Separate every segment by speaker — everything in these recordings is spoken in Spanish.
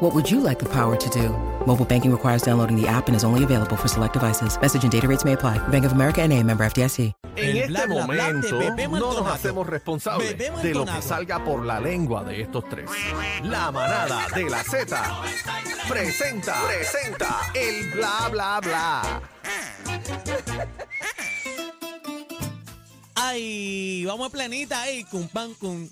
Speaker 1: What would you like the power to do? Mobile banking requires downloading the app and is only available for select devices. Message and data rates may apply. Bank of America and a member FDIC.
Speaker 2: En
Speaker 3: El
Speaker 2: este
Speaker 3: bla, bla, bla de
Speaker 2: momento
Speaker 3: Bebé
Speaker 2: no
Speaker 3: Maldonado.
Speaker 2: nos hacemos responsables
Speaker 3: Bebé
Speaker 2: de lo que
Speaker 3: Maldonado.
Speaker 2: salga por la lengua de estos tres. La manada de la Z presenta, presenta el bla bla bla.
Speaker 3: Ay, vamos a planita, ay, cum pan cum.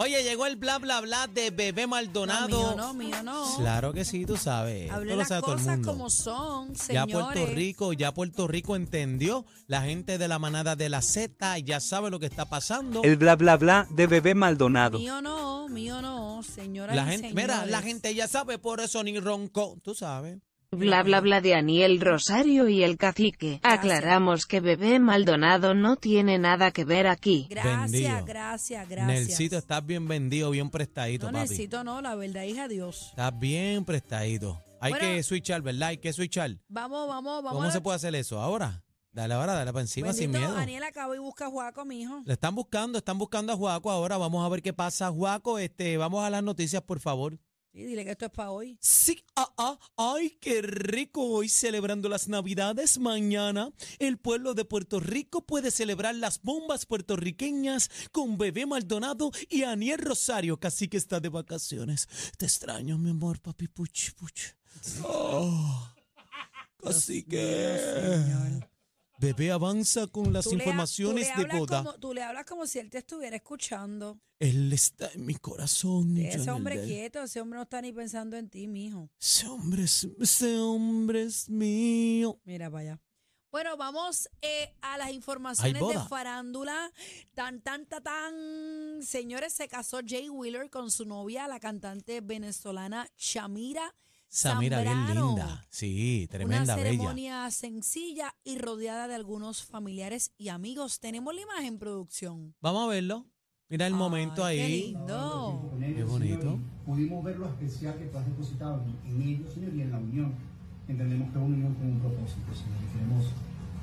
Speaker 3: Oye, llegó el bla bla bla de Bebé Maldonado.
Speaker 4: No, mío no, mío no.
Speaker 3: Claro que sí, tú sabes.
Speaker 4: Hable
Speaker 3: Tú lo
Speaker 4: las
Speaker 3: sabe todo el
Speaker 4: cosas
Speaker 3: mundo.
Speaker 4: como son,
Speaker 3: Ya
Speaker 4: señores.
Speaker 3: Puerto Rico, ya Puerto Rico entendió. La gente de la manada de la Z ya sabe lo que está pasando.
Speaker 5: El bla bla bla de bebé Maldonado.
Speaker 4: Mío no, mío no, señora
Speaker 3: la gente, mira, la gente ya sabe, por eso ni ronco, tú sabes.
Speaker 6: Bla bla bla de Aniel Rosario y el cacique. Aclaramos que bebé Maldonado no tiene nada que ver aquí.
Speaker 4: Gracias,
Speaker 3: Vendido.
Speaker 4: gracias, gracias.
Speaker 3: Nelsito, estás bien vendido, bien prestadito,
Speaker 4: No,
Speaker 3: papi.
Speaker 4: Nelsito no, la verdad, hija Dios.
Speaker 3: Estás bien prestadito. Hay
Speaker 4: Bueno.
Speaker 3: que switchar, ¿verdad? Hay que switchar.
Speaker 4: Vamos, vamos, vamos.
Speaker 3: ¿Cómo
Speaker 4: a
Speaker 3: se
Speaker 4: la-
Speaker 3: puede hacer eso? Ahora. Dale ahora, dale para encima sin
Speaker 4: Bendito,
Speaker 3: miedo.
Speaker 4: Aniel acabó y busca a Juaco, mijo.
Speaker 3: Lo están buscando, están buscando a Juaco ahora. Vamos a ver qué pasa. Juaco, este, vamos a las noticias, por favor.
Speaker 4: Sí, dile que esto es para hoy.
Speaker 3: Sí, ah, ah, ay, qué rico hoy celebrando las Navidades. Mañana el pueblo de Puerto Rico puede celebrar las bombas puertorriqueñas con Bebé Maldonado y Aniel Rosario, casi que está de vacaciones. Te extraño, mi amor, papi puchi puchi. Oh, casi que. Bebé avanza con las
Speaker 4: Tú le ha- tú
Speaker 3: informaciones
Speaker 4: le
Speaker 3: de
Speaker 4: hablas
Speaker 3: boda.
Speaker 4: como- tú le hablas como si él te estuviera escuchando.
Speaker 3: Él está en mi corazón. y yo en
Speaker 4: Ese
Speaker 3: el
Speaker 4: hombre
Speaker 3: de él.
Speaker 4: quieto, ese hombre no está ni pensando en ti, mijo.
Speaker 3: Ese hombre es, ese hombre es mío.
Speaker 4: Mira para allá. Bueno, vamos eh, a las informaciones de
Speaker 3: boda.
Speaker 4: farándula. Tan, tan, tan, tan. Señores, se casó Jay Wheeler con su novia, la cantante venezolana Shamira.
Speaker 3: Samira, bien
Speaker 4: Zambrano.
Speaker 3: linda. Sí, tremenda,
Speaker 4: Una
Speaker 3: bella.
Speaker 4: ceremonia sencilla y rodeada de algunos familiares y amigos. Tenemos la imagen, producción.
Speaker 3: Vamos a verlo. Mira el momento
Speaker 4: Ay, Qué
Speaker 3: ahí.
Speaker 4: lindo.
Speaker 3: Qué bonito.
Speaker 7: Pudimos ver lo especial que tú has depositado en, en ellos, Señor, y en la unión. Entendemos que es una unión con un propósito, Señor. y Queremos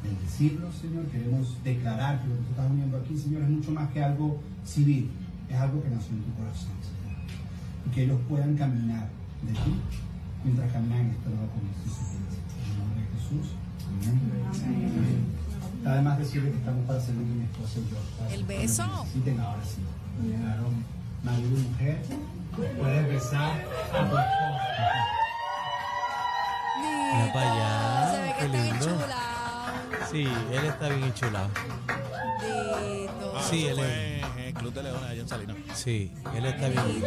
Speaker 7: bendecirlos, Señor. Queremos declarar que lo que tú estás uniendo aquí, Señor, es mucho más que algo civil. Es algo que nació en tu corazón, Señor. Y que ellos puedan caminar de ti mientras caminan en este nuevo comienzo. En el nombre de Jesús. Amén. Amén. Además, decirles que estamos para servir mi esposa y yo. para
Speaker 4: El
Speaker 7: lo que
Speaker 4: beso.
Speaker 7: Necesiten ahora sí. Llegaron marido y mujer. Puedes besar a tu esposa.
Speaker 4: Lindo.
Speaker 3: para allá,
Speaker 4: Se ve que
Speaker 3: qué
Speaker 4: están
Speaker 3: lindo.
Speaker 4: enchulados.
Speaker 3: Sí, él está bien enchulado.
Speaker 4: Lindo.
Speaker 8: Ah,
Speaker 3: Sí, él, es-
Speaker 8: Club de Leona de John Salinas.
Speaker 3: sí, él está bien.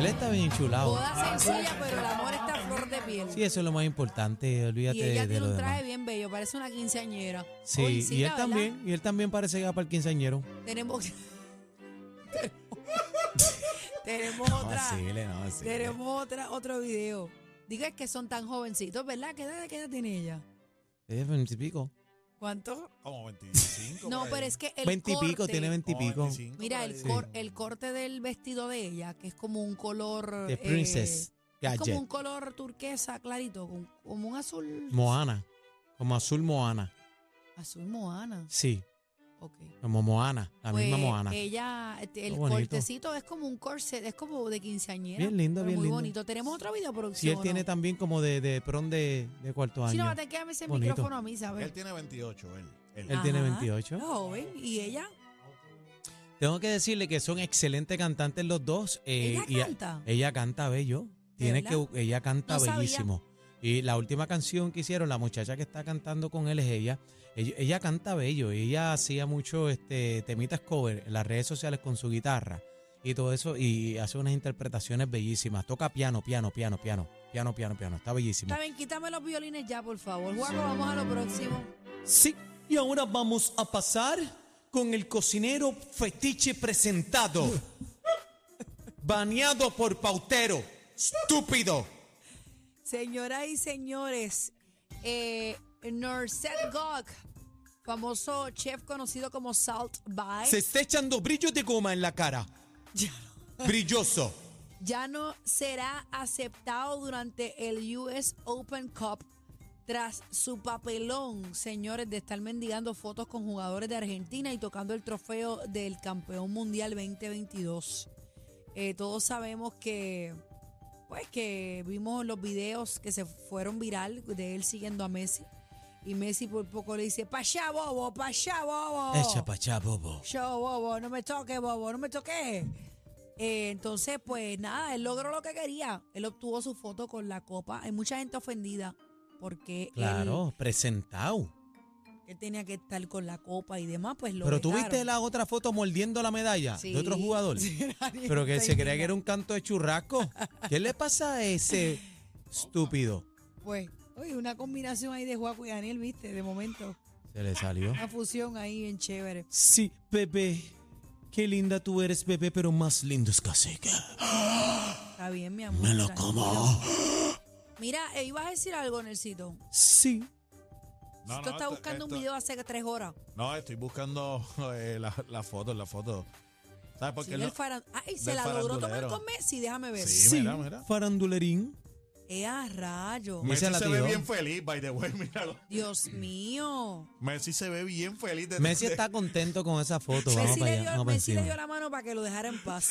Speaker 3: Él está bien enchulado.
Speaker 4: Boda sencilla, pero el amor está a flor de piel.
Speaker 3: Sí, eso es lo más importante. Olvídate
Speaker 4: y ella
Speaker 3: de, de
Speaker 4: tiene
Speaker 3: lo
Speaker 4: un traje
Speaker 3: demás.
Speaker 4: bien bello, parece una quinceañera.
Speaker 3: Sí,
Speaker 4: Jovencita,
Speaker 3: y él
Speaker 4: ¿verdad?
Speaker 3: también, y él también parece que va para el quinceañero.
Speaker 4: Tenemos. tenemos otra. tenemos otra, otro video. Diga es que son tan jovencitos, ¿verdad? ¿Qué edad, qué edad tiene ella?
Speaker 3: Es veintipico.
Speaker 4: ¿Cuánto?
Speaker 8: Como 25.
Speaker 4: No,
Speaker 8: por
Speaker 4: pero
Speaker 8: ahí.
Speaker 4: es que el
Speaker 3: Veintipico,
Speaker 4: corte-
Speaker 3: tiene
Speaker 8: Como
Speaker 3: veintipico.
Speaker 8: 25
Speaker 4: Mira,
Speaker 8: por
Speaker 4: el,
Speaker 8: ahí.
Speaker 4: cor- el corte del vestido de ella, que es como un color.
Speaker 3: The
Speaker 4: eh,
Speaker 3: Princess.
Speaker 4: es
Speaker 3: Gadget.
Speaker 4: como un color turquesa, clarito, con- como un azul.
Speaker 3: Moana. Como azul Moana.
Speaker 4: azul moana.
Speaker 3: Sí,
Speaker 4: Ok.
Speaker 3: como Moana. La misma
Speaker 4: Pues,
Speaker 3: Moana.
Speaker 4: Ella, este, el
Speaker 3: Qué bonito.
Speaker 4: cortecito es como un corset, es como de quinceañera.
Speaker 3: Bien lindo,
Speaker 4: pero
Speaker 3: bien
Speaker 4: muy
Speaker 3: lindo.
Speaker 4: bonito. Tenemos otro video producción.
Speaker 3: Si él
Speaker 4: ¿o
Speaker 3: tiene
Speaker 4: no?
Speaker 3: también como de, de pron de, de cuarto año.
Speaker 4: Si no, te quédame ese
Speaker 3: Bonito.
Speaker 4: micrófono a mí, ¿sabes?
Speaker 8: Él tiene 28, él. él.
Speaker 3: Él tiene
Speaker 4: Ajá.
Speaker 3: 28.
Speaker 4: Es joven. ¿Y ella?
Speaker 3: Tengo que decirle que son excelentes cantantes los dos. eh,
Speaker 4: ¿Ella
Speaker 3: y a-
Speaker 4: canta?
Speaker 3: ella canta bello. Tiene
Speaker 4: verdad?
Speaker 3: que, ella canta
Speaker 4: No sabía.
Speaker 3: bellísimo. Y la última canción que hicieron, la muchacha que está cantando con él es ella. Ella, ella canta bello y ella hacía mucho este, temitas cover en las redes sociales con su guitarra y todo eso y hace unas interpretaciones bellísimas. Toca piano, piano, piano, piano, piano, piano, piano. Está bellísimo.
Speaker 4: Está bien, quítame los violines ya, por favor. Juaco, vamos a lo próximo.
Speaker 3: Sí, y ahora vamos a pasar con el cocinero fetiche presentado. Baneado por pautero. Estúpido.
Speaker 4: Señoras y señores, eh, Norset Gok, famoso chef conocido como Salt Bay,
Speaker 3: Se está echando brillo de goma en la cara.
Speaker 4: ya,
Speaker 3: Brilloso.
Speaker 4: ya no será aceptado durante el US Open Cup tras su papelón, señores, de estar mendigando fotos con jugadores de Argentina y tocando el trofeo del campeón mundial 2022. Eh, todos sabemos que, pues, que vimos los videos que se fueron viral de él siguiendo a Messi. Y Messi por poco le dice, pa' allá, bobo, pa' allá, bobo.
Speaker 3: Echa pa' allá, bobo.
Speaker 4: Yo, bobo, no me toques, bobo, no me toques. Eh, entonces, pues nada, él logró lo que quería. Él obtuvo su foto con la copa. Hay mucha gente ofendida porque
Speaker 3: Claro, presentado.
Speaker 4: él, él tenía que estar con la copa y demás, pues lo
Speaker 3: Pero tú
Speaker 4: vetaron.
Speaker 3: viste la otra foto mordiendo la medalla
Speaker 4: Sí,
Speaker 3: de otro jugador.
Speaker 4: sí, nadie
Speaker 3: Pero que
Speaker 4: está
Speaker 3: se creía
Speaker 4: indignado.
Speaker 3: que era un canto de churrasco. ¿Qué le pasa a ese estúpido?
Speaker 4: Pues, oye, una combinación ahí de Juaco y Daniel, viste, de momento.
Speaker 3: Se le salió.
Speaker 4: Una fusión ahí bien chévere.
Speaker 3: Sí, bebé. Qué linda tú eres, bebé, pero más lindo es cacique.
Speaker 4: Está bien, mi amor. tranquilo. Mira, eh, ibas a decir algo, Nercito.
Speaker 3: Sí.
Speaker 8: No,
Speaker 4: Tú
Speaker 8: no,
Speaker 4: estás
Speaker 8: esto-
Speaker 4: buscando
Speaker 8: esto-
Speaker 4: un video hace tres horas.
Speaker 8: No, estoy buscando eh, la, la foto, la foto. ¿Sabes por
Speaker 4: Sí,
Speaker 8: qué?
Speaker 4: del
Speaker 8: no?
Speaker 4: faran- Ay, ah, se
Speaker 8: del
Speaker 4: la logró tomar
Speaker 8: farandulero.
Speaker 4: con Messi, déjame ver.
Speaker 8: Sí, mira, mira.
Speaker 3: farandulerín.
Speaker 4: ¡Eh, a rayo!
Speaker 3: Me-
Speaker 8: Messi
Speaker 3: Esa la
Speaker 8: se ve
Speaker 3: tiró.
Speaker 8: bien feliz, by the way, míralo.
Speaker 4: Dios mío.
Speaker 8: Messi se ve bien feliz. De
Speaker 3: Messi está contento con esa foto. Vamos
Speaker 4: Messi,
Speaker 3: para
Speaker 4: le
Speaker 3: allá.
Speaker 4: dio,
Speaker 3: Vamos para
Speaker 4: Messi le
Speaker 3: encima.
Speaker 4: dio la mano para que lo dejara en paz.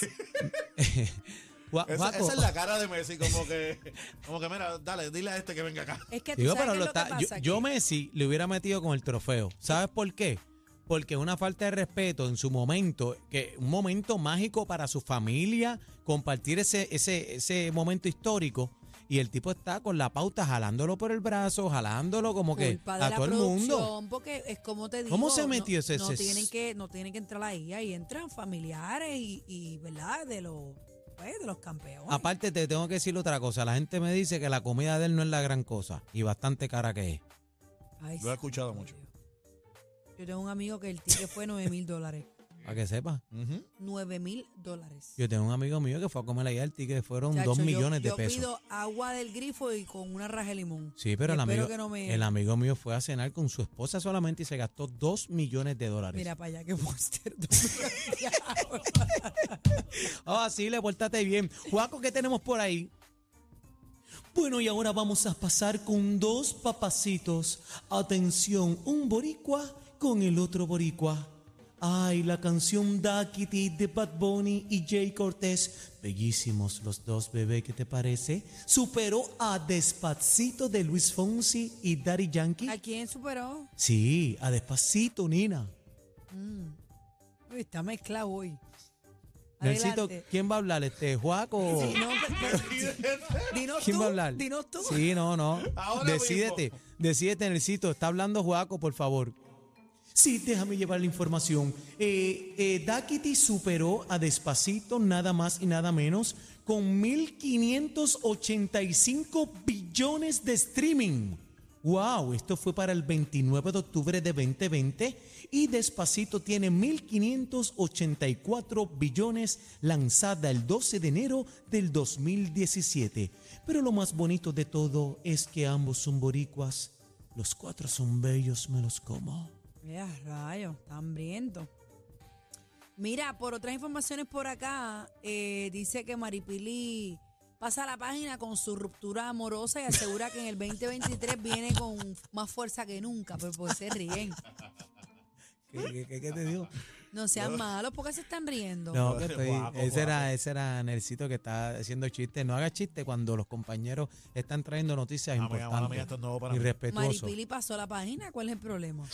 Speaker 3: Gua-
Speaker 8: Esa,
Speaker 3: Guaco,
Speaker 8: esa es la cara de Messi, como que, como que, mira, dale, dile a este que venga acá.
Speaker 4: Es que tú
Speaker 3: Digo,
Speaker 4: sabes
Speaker 3: pero
Speaker 4: qué
Speaker 3: lo
Speaker 4: es lo que
Speaker 3: está- yo,
Speaker 4: pasa,
Speaker 3: yo
Speaker 4: que-
Speaker 3: Messi le hubiera metido con el trofeo. ¿Sabes por qué? Porque es una falta de respeto en su momento, que un momento mágico para su familia, compartir ese, ese, ese momento histórico. Y el tipo está con la pauta jalándolo por el brazo, jalándolo como que
Speaker 4: culpa de
Speaker 3: a
Speaker 4: la
Speaker 3: todo el mundo.
Speaker 4: producción, Porque es como te digo.
Speaker 3: ¿Cómo se
Speaker 4: no-
Speaker 3: metió ese-
Speaker 4: No,
Speaker 3: ese-
Speaker 4: tienen que, no tienen que entrar ahí, ahí entran familiares y, y, ¿verdad? De los, pues, de los campeones.
Speaker 3: Aparte, te tengo que decir otra cosa. La gente me dice que la comida de él no es la gran cosa y bastante cara que es.
Speaker 4: Ay,
Speaker 8: Lo he
Speaker 4: sí,
Speaker 8: escuchado
Speaker 4: Dios
Speaker 8: mucho.
Speaker 4: mío. Yo tengo un amigo que el ticket fue 9 mil dólares.
Speaker 3: Para que sepa.
Speaker 8: Ujú.
Speaker 4: 9 mil dólares.
Speaker 3: Yo tengo un amigo mío que fue a comer allá el ticket, fueron
Speaker 4: Chacho,
Speaker 3: dos
Speaker 4: yo-
Speaker 3: millones de
Speaker 4: yo
Speaker 3: pesos.
Speaker 4: pido agua del grifo y con una raja de limón.
Speaker 3: Sí, pero el
Speaker 4: Espero
Speaker 3: amigo,
Speaker 4: que no me-
Speaker 3: el amigo mío fue a cenar con su esposa solamente y se gastó 2 millones de dólares.
Speaker 4: Mira para allá que monster. Mira,
Speaker 3: Ah, sí, le portaste bien. Juaco, ¿qué tenemos por ahí? Bueno, y ahora vamos a pasar con dos papacitos. Atención, un boricua con el otro boricua. Ay, la canción Duckity de Bad Bunny y Jay Cortés. Bellísimos los dos, bebé, ¿qué te parece? Superó a Despacito de Luis Fonsi y Daddy Yankee.
Speaker 4: ¿A quién superó?
Speaker 3: Sí, a despacito, Nina.
Speaker 4: Uy, está mezclado hoy.
Speaker 3: Necesito,
Speaker 4: Adelante.
Speaker 3: ¿quién va a hablar? ¿Este Juaco?
Speaker 4: Sí, no, pero- pero- dinos
Speaker 3: ¿Quién
Speaker 4: tú,
Speaker 3: va a hablar?
Speaker 4: Dinos tú.
Speaker 3: Sí, no, no.
Speaker 8: Ahora
Speaker 3: decídete,
Speaker 8: mismo.
Speaker 3: decídete, Necesito. Está hablando Juaco, por favor. Sí, déjame llevar la información. Eh, eh, Daquiti superó a Despacito nada más y nada menos con 1.585 billones de streaming. ¡Wow! Esto fue para el 29 de octubre de 2020 y Despacito tiene 1.584 billones lanzada el 12 de enero del 2017. Pero lo más bonito de todo es que ambos son boricuas. Los cuatro son bellos, me los como.
Speaker 4: Mira, rayo, está hambriento. Mira, por otras informaciones por acá, eh, dice que Maripili pasa la página con su ruptura amorosa y asegura que en el 2023 viene con más fuerza que nunca, pues, pues se ríen.
Speaker 3: ¿Qué, te digo?
Speaker 4: No sean malos, porque se están riendo?
Speaker 3: No, que estoy-
Speaker 8: Guapo,
Speaker 3: ese, era, ese era Nercito que está haciendo chistes. No haga chistes cuando los compañeros están trayendo noticias
Speaker 8: Amiga, mala
Speaker 3: importantes.
Speaker 8: mía, esto es nuevo para mí.
Speaker 3: irrespetuoso.
Speaker 4: Maripili pasó la página, ¿cuál es el problema?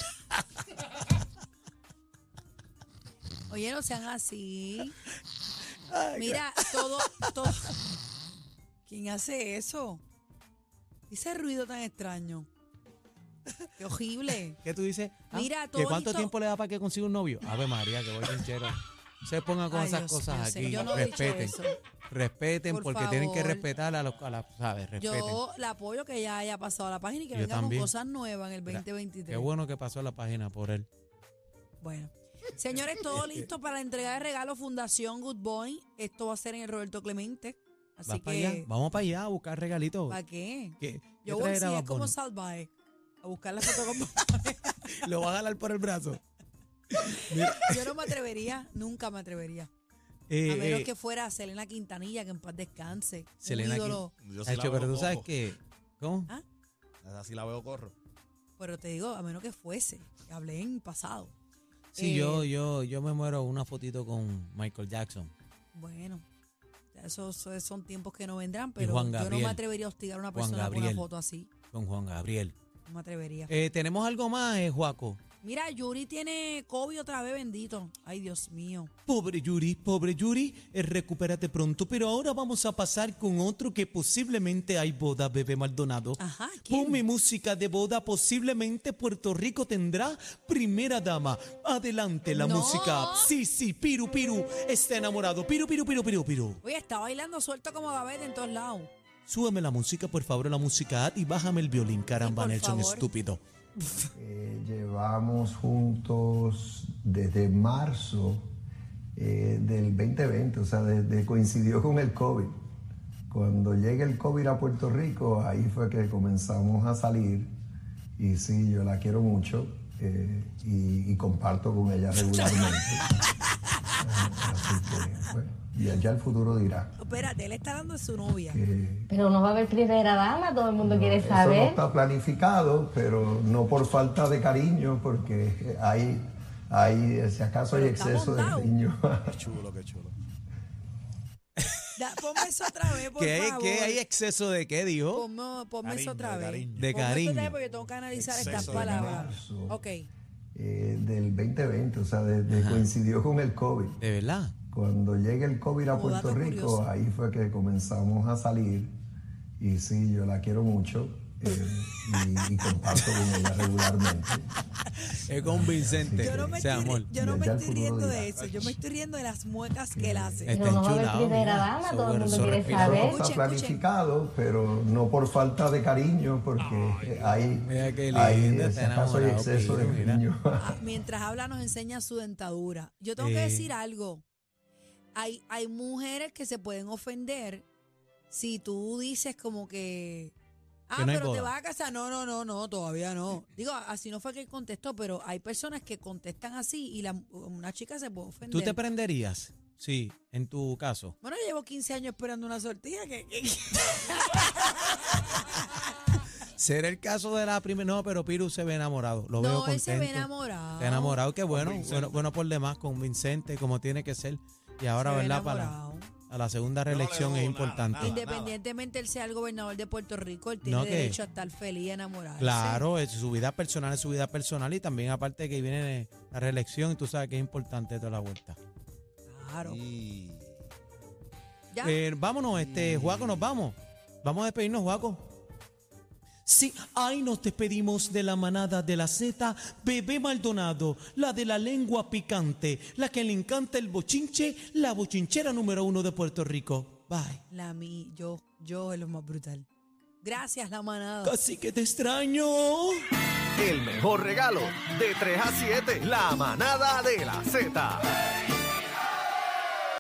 Speaker 4: Oye, no sean así. Mira, todo, todo. ¿Quién hace eso? ¿Y ese ruido tan extraño? Qué horrible.
Speaker 3: ¿Qué tú dices? Ah,
Speaker 4: Mira,
Speaker 3: ¿Que
Speaker 4: todo
Speaker 3: cuánto
Speaker 4: esto-
Speaker 3: tiempo le da para que consiga un novio? Ave María, que voy sincero. No Se pongan con
Speaker 4: Ay,
Speaker 3: esas
Speaker 4: Dios, yo
Speaker 3: cosas
Speaker 4: sé,
Speaker 3: aquí.
Speaker 4: yo no he dicho
Speaker 3: respeten.
Speaker 4: eso.
Speaker 3: Respeten
Speaker 4: Por
Speaker 3: porque tienen que
Speaker 4: favor.
Speaker 3: respetar a los a las- ¿sabes? Respeten.
Speaker 4: Yo la apoyo que ya haya pasado a la página y que
Speaker 3: Yo
Speaker 4: venga
Speaker 3: también.
Speaker 4: con cosas nuevas en el
Speaker 3: Mira,
Speaker 4: 2023.
Speaker 3: Qué bueno que pasó a la página por él.
Speaker 4: Bueno. Señores, todo listo para la entrega de regalo Fundación Good Boy. Esto va a ser en el Roberto Clemente. Así
Speaker 3: ¿Vas para allá?
Speaker 4: que,
Speaker 3: Vamos para allá a buscar regalitos.
Speaker 4: ¿para qué?
Speaker 3: ¿Qué-
Speaker 4: Yo
Speaker 3: qué
Speaker 4: voy
Speaker 3: traerá
Speaker 4: si es
Speaker 3: Bad
Speaker 4: como
Speaker 3: Bunny?
Speaker 4: salvaje. A buscar la foto con
Speaker 3: Lo va a jalar por el brazo.
Speaker 4: Yo no me atrevería, nunca me atrevería.
Speaker 3: Eh,
Speaker 4: A menos
Speaker 3: eh,
Speaker 4: que fuera Selena Quintanilla, que en paz descanse.
Speaker 3: Selena
Speaker 4: un ídolo.
Speaker 8: Yo sí la
Speaker 3: Nacho,
Speaker 8: veo
Speaker 3: pero tú sabes
Speaker 8: cojo.
Speaker 3: que. ¿Cómo?
Speaker 4: Ah.
Speaker 8: Así la veo corro.
Speaker 4: Pero te digo, a menos que fuese. Hablé en pasado.
Speaker 3: Sí,
Speaker 4: eh,
Speaker 3: yo, yo, yo me muero una fotito con Michael Jackson.
Speaker 4: Bueno, esos son- son tiempos que no vendrán, pero
Speaker 3: Juan
Speaker 4: yo no
Speaker 3: Gabriel.
Speaker 4: me atrevería a hostigar a una
Speaker 3: Juan
Speaker 4: persona con una
Speaker 3: Gabriel.
Speaker 4: foto así.
Speaker 3: Con Juan Gabriel.
Speaker 4: No me atrevería.
Speaker 3: Eh, ¿Tenemos algo más, eh, Juaco?
Speaker 4: Mira, Yuri tiene COVID otra vez, bendito. Ay, Dios mío.
Speaker 3: Pobre Yuri, pobre Yuri, eh, recupérate pronto. Pero ahora vamos a pasar con otro que posiblemente hay boda, bebé Maldonado.
Speaker 4: Ajá, ¿quién?
Speaker 3: Ponme música de boda, posiblemente Puerto Rico tendrá primera dama. Adelante la
Speaker 4: No.
Speaker 3: música. Sí, sí, Piru, Piru, está enamorado. Piru, Piru, Piru, Piru, Piru.
Speaker 4: Oye, está bailando suelto como David en todos lados.
Speaker 3: Súbeme la música, por favor, la música y bájame el violín, caramba,
Speaker 4: por
Speaker 3: Nelson,
Speaker 4: favor.
Speaker 3: estúpido.
Speaker 9: Eh, llevamos juntos desde marzo eh, del 2020, o sea, desde coincidió con el COVID. Cuando llega el COVID a Puerto Rico, ahí fue que comenzamos a salir. Y sí, yo la quiero mucho eh, y, y comparto con ella regularmente. Así que, bueno, y allá el futuro dirá.
Speaker 4: Espérate, él está dando a su novia.
Speaker 9: que-
Speaker 10: Pero no va a haber primera dama, todo el mundo quiere
Speaker 9: eso no
Speaker 10: saber.
Speaker 9: está planificado, pero no por falta de cariño, porque hay, hay si acaso hay
Speaker 4: Pero está
Speaker 9: exceso de
Speaker 4: montado.
Speaker 9: cariño.
Speaker 8: Qué chulo, qué chulo.
Speaker 4: Da- ponme eso otra vez, por
Speaker 3: ¿Qué,
Speaker 4: favor.
Speaker 3: qué hay exceso de qué, dijo?
Speaker 4: Ponme, ponme eso
Speaker 8: Cariño,
Speaker 4: otra vez.
Speaker 8: de cariño.
Speaker 3: De
Speaker 4: Ponme eso otra vez
Speaker 3: cariño.
Speaker 4: porque yo tengo que analizar estas
Speaker 8: Exceso de
Speaker 4: palabras. Ok.
Speaker 9: Eh, del 2020, o sea, desde coincidió con el COVID.
Speaker 3: De verdad.
Speaker 9: Cuando llega el COVID a
Speaker 4: Como dato
Speaker 9: Puerto Rico,
Speaker 4: curioso.
Speaker 9: ahí fue que comenzamos a salir. Y sí, yo la quiero mucho eh, y, y comparto con ella regularmente.
Speaker 3: Es convincente.
Speaker 4: Yo no me
Speaker 3: ese
Speaker 4: estoy,
Speaker 3: amor.
Speaker 4: yo no
Speaker 9: Ya
Speaker 4: me
Speaker 9: el
Speaker 4: estoy
Speaker 9: futuro
Speaker 4: riendo
Speaker 9: dirá.
Speaker 4: de eso. Yo me estoy riendo de las muecas que él hace.
Speaker 3: Está
Speaker 10: Pero no va a haber
Speaker 3: enchulado,
Speaker 10: primera
Speaker 3: mira.
Speaker 10: dama,
Speaker 3: Eso
Speaker 10: todo el mundo
Speaker 3: bueno, eso
Speaker 10: quiere
Speaker 3: respira.
Speaker 10: A
Speaker 9: Eso
Speaker 10: ver.
Speaker 9: no
Speaker 4: Escuchen,
Speaker 9: está
Speaker 4: escuchen.
Speaker 9: planificado, pero no por falta de cariño, porque hay,
Speaker 3: Mira qué
Speaker 9: hay,
Speaker 3: lindo,
Speaker 9: si
Speaker 3: está
Speaker 9: acaso hay
Speaker 3: enamorado,
Speaker 9: exceso de
Speaker 3: Pedro, mira.
Speaker 9: cariño.
Speaker 4: Ah, mientras habla nos enseña su dentadura. Yo tengo que
Speaker 3: Eh.
Speaker 4: decir algo. Hay, hay mujeres que se pueden ofender si tú dices como que... Ah,
Speaker 3: Que no hay
Speaker 4: pero te
Speaker 3: boda.
Speaker 4: vas a casar. No, no, no, no, todavía no. Digo, así no fue que él contestó, pero hay personas que contestan así y la, una chica se puede ofender.
Speaker 3: ¿Tú te prenderías? Sí, en tu caso.
Speaker 4: bueno, yo llevo 15 años esperando una sortija que... que-
Speaker 3: Será el caso de la primera. No, pero Piru se ve enamorado. Lo veo
Speaker 4: no, él
Speaker 3: contento.
Speaker 4: se ve enamorado.
Speaker 3: Está enamorado, qué bueno. Bueno, bueno por demás, convincente, como tiene que ser. Y ahora,
Speaker 4: Se ve
Speaker 3: ¿verdad? Para la,
Speaker 4: enamorado.
Speaker 3: a la segunda reelección
Speaker 8: debo
Speaker 3: es
Speaker 8: nada,
Speaker 3: importante.
Speaker 8: nada.
Speaker 4: Independientemente él sea el gobernador de Puerto Rico, él tiene
Speaker 3: No, que-
Speaker 4: derecho a estar feliz y enamorado.
Speaker 3: Claro, es su vida personal es su vida personal. Y también, aparte que viene la reelección, tú sabes que es importante toda la vuelta.
Speaker 4: Claro.
Speaker 8: Y
Speaker 4: Ya.
Speaker 3: Eh, vámonos, este, Juaco, nos vamos. Vamos a despedirnos, Juaco. Sí, ahí nos despedimos de la manada de la Z, bebé Maldonado, la de la lengua picante, la que le encanta el bochinche, la bochinchera número uno de Puerto Rico. Bye.
Speaker 4: La mi, yo, yo es lo más brutal. Gracias, la manada.
Speaker 3: Casi que te extraño.
Speaker 2: El mejor regalo de 3 a 7, la manada de la Z.